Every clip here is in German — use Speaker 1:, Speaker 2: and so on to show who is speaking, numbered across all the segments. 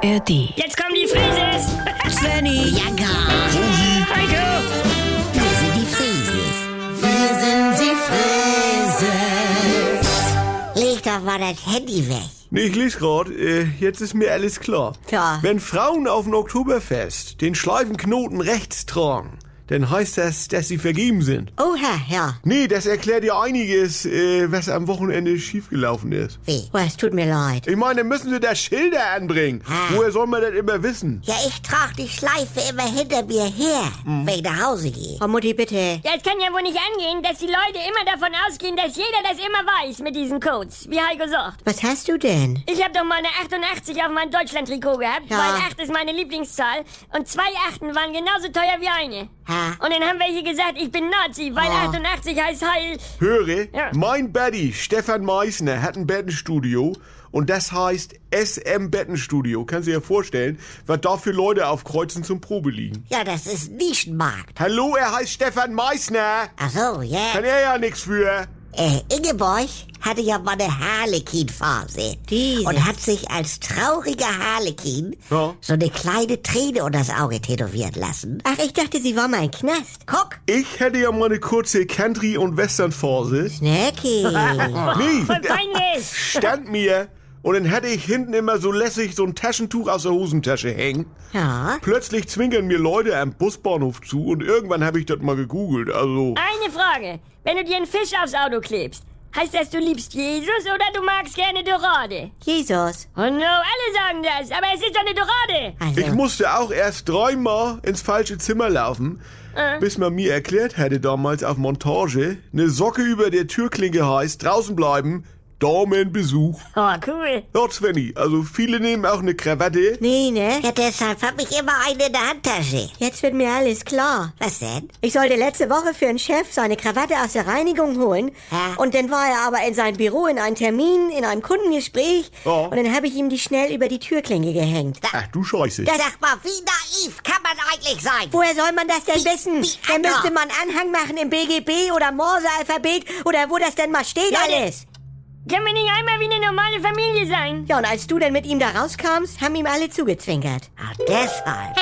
Speaker 1: ARD.
Speaker 2: Jetzt kommen die Frises!
Speaker 3: Svenny.
Speaker 4: Ja, gar.
Speaker 2: Heiko!
Speaker 4: Wir sind die Frieses. Wir sind die Frieses. Leg doch mal das Handy weg.
Speaker 5: Nee, ich lese gerade, äh, jetzt ist mir alles klar.
Speaker 3: Ja.
Speaker 5: Wenn Frauen auf dem Oktoberfest den Schleifenknoten rechts tragen, dann heißt das, dass sie vergeben sind.
Speaker 3: Oha, ja.
Speaker 5: Nee, das erklärt ja einiges, äh, was am Wochenende schiefgelaufen ist.
Speaker 4: Wie?
Speaker 3: Oh, es tut mir leid.
Speaker 5: Ich meine, dann müssen sie da Schilder anbringen.
Speaker 4: Ah.
Speaker 5: Woher soll man das immer wissen?
Speaker 4: Ja, ich trag die Schleife immer hinter mir her, wenn ich nach Hause gehe.
Speaker 3: Mhm. Oh, Mutti, bitte.
Speaker 2: Das kann ja wohl nicht angehen, dass die Leute immer davon ausgehen, dass jeder das immer weiß mit diesen Codes, wie Heiko sagt.
Speaker 3: Was hast du denn?
Speaker 2: Ich habe doch mal eine 88 auf meinem Deutschland-Trikot gehabt,
Speaker 3: Ja.
Speaker 2: weil 8 ist meine Lieblingszahl und zwei Achten waren genauso teuer wie eine.
Speaker 4: Ha?
Speaker 2: Und dann haben welche gesagt, ich bin Nazi, weil 88 heißt Heil.
Speaker 5: Höre,
Speaker 2: Ja.
Speaker 5: mein Buddy Stefan Meissner hat ein Bettenstudio und das heißt SM Bettenstudio. Kannst du dir vorstellen, was da für Leute auf Kreuzen zum Probe liegen.
Speaker 4: Ja, das ist Nischenmarkt.
Speaker 5: Hallo, er heißt Stefan Meissner.
Speaker 4: Ach so, ja.
Speaker 5: Kann er ja nichts für.
Speaker 4: Äh, Ingeborg hatte ja mal eine Harlekin-Phase.
Speaker 3: Jesus.
Speaker 4: Und hat sich als trauriger Harlekin
Speaker 5: Ja.
Speaker 4: so eine kleine Träne unter das Auge tätowieren lassen.
Speaker 3: Ach, ich dachte, sie war mal ein Knast.
Speaker 4: Guck,
Speaker 5: Ich hätte ja mal eine kurze Country- und Western-Phase.
Speaker 3: Necki.
Speaker 5: Nee,
Speaker 2: Voll
Speaker 5: das
Speaker 2: peinlich.
Speaker 5: stand mir. Und dann hätte ich hinten immer so lässig so ein Taschentuch aus der Hosentasche hängen.
Speaker 3: Ja.
Speaker 5: Plötzlich zwinkern mir Leute am Busbahnhof zu und irgendwann habe ich das mal gegoogelt. Also,
Speaker 2: Eine Frage. Wenn du dir einen Fisch aufs Auto klebst, heißt das, du liebst Jesus oder du magst gerne Dorade?
Speaker 3: Jesus.
Speaker 2: Oh no, alle sagen das, aber es ist doch eine Dorade.
Speaker 3: Also,
Speaker 5: ich musste auch erst dreimal ins falsche Zimmer laufen, bis man mir erklärt hätte damals auf Montage, eine Socke über der Türklinke heißt, draußen bleiben, Daumenbesuch.
Speaker 2: Oh, cool.
Speaker 5: Ja, Svenny, also viele nehmen auch eine Krawatte.
Speaker 3: nee, ne?
Speaker 4: ja, deshalb hab ich immer eine in der Handtasche.
Speaker 3: Jetzt wird mir alles klar.
Speaker 4: Was denn?
Speaker 3: Ich sollte letzte Woche für einen Chef seine Krawatte aus der Reinigung holen.
Speaker 4: Ja.
Speaker 3: Und dann war er aber in sein Büro in einem Termin, in einem Kundengespräch.
Speaker 5: Ja.
Speaker 3: Und dann habe ich ihm die schnell über die Türklinke gehängt.
Speaker 5: Ach du Scheiße.
Speaker 4: Sag mal, wie naiv kann man eigentlich sein?
Speaker 3: Woher soll man das denn
Speaker 4: Wie-
Speaker 3: wissen?
Speaker 4: wie
Speaker 3: Dann
Speaker 4: Anna.
Speaker 3: müsste man Anhang machen im BGB oder Morsealphabet oder wo das denn mal steht
Speaker 2: Leute.
Speaker 3: alles.
Speaker 2: Können wir nicht einmal wie eine normale Familie sein?
Speaker 3: Ja, und als du dann mit ihm da rauskamst, haben ihm alle zugezwinkert.
Speaker 4: Ah, deshalb.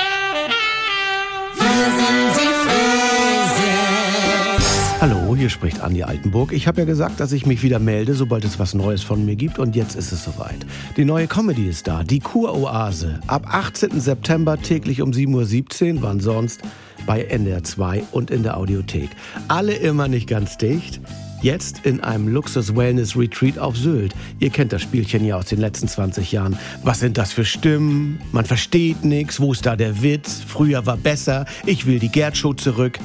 Speaker 6: Hallo, hier spricht Andi Altenburg. Ich habe ja gesagt, dass ich mich wieder melde, sobald es was Neues von mir gibt. Und jetzt ist es soweit. Die neue Comedy ist da, die Kuroase. Ab 18. September täglich um 7.17 Uhr, wann sonst, bei NDR 2 und in der Audiothek. Alle immer nicht ganz dicht. Jetzt in einem Luxus-Wellness-Retreat auf Sylt. Ihr kennt das Spielchen ja aus den letzten 20 Jahren. Was sind das für Stimmen? Man versteht nichts. Wo ist da der Witz? Früher war besser. Ich will die Gerd-Show zurück.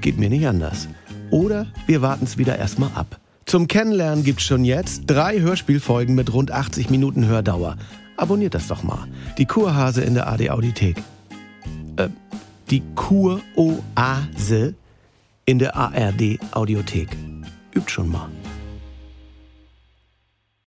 Speaker 6: Geht mir nicht anders. Oder wir warten es wieder erstmal ab. Zum Kennenlernen gibt's schon jetzt drei Hörspielfolgen mit rund 80 Minuten Hördauer. Abonniert das doch mal. Die Kurhase in der AD Audiothek. Äh, die Kuroase in der ARD Audiothek. Übt schon mal.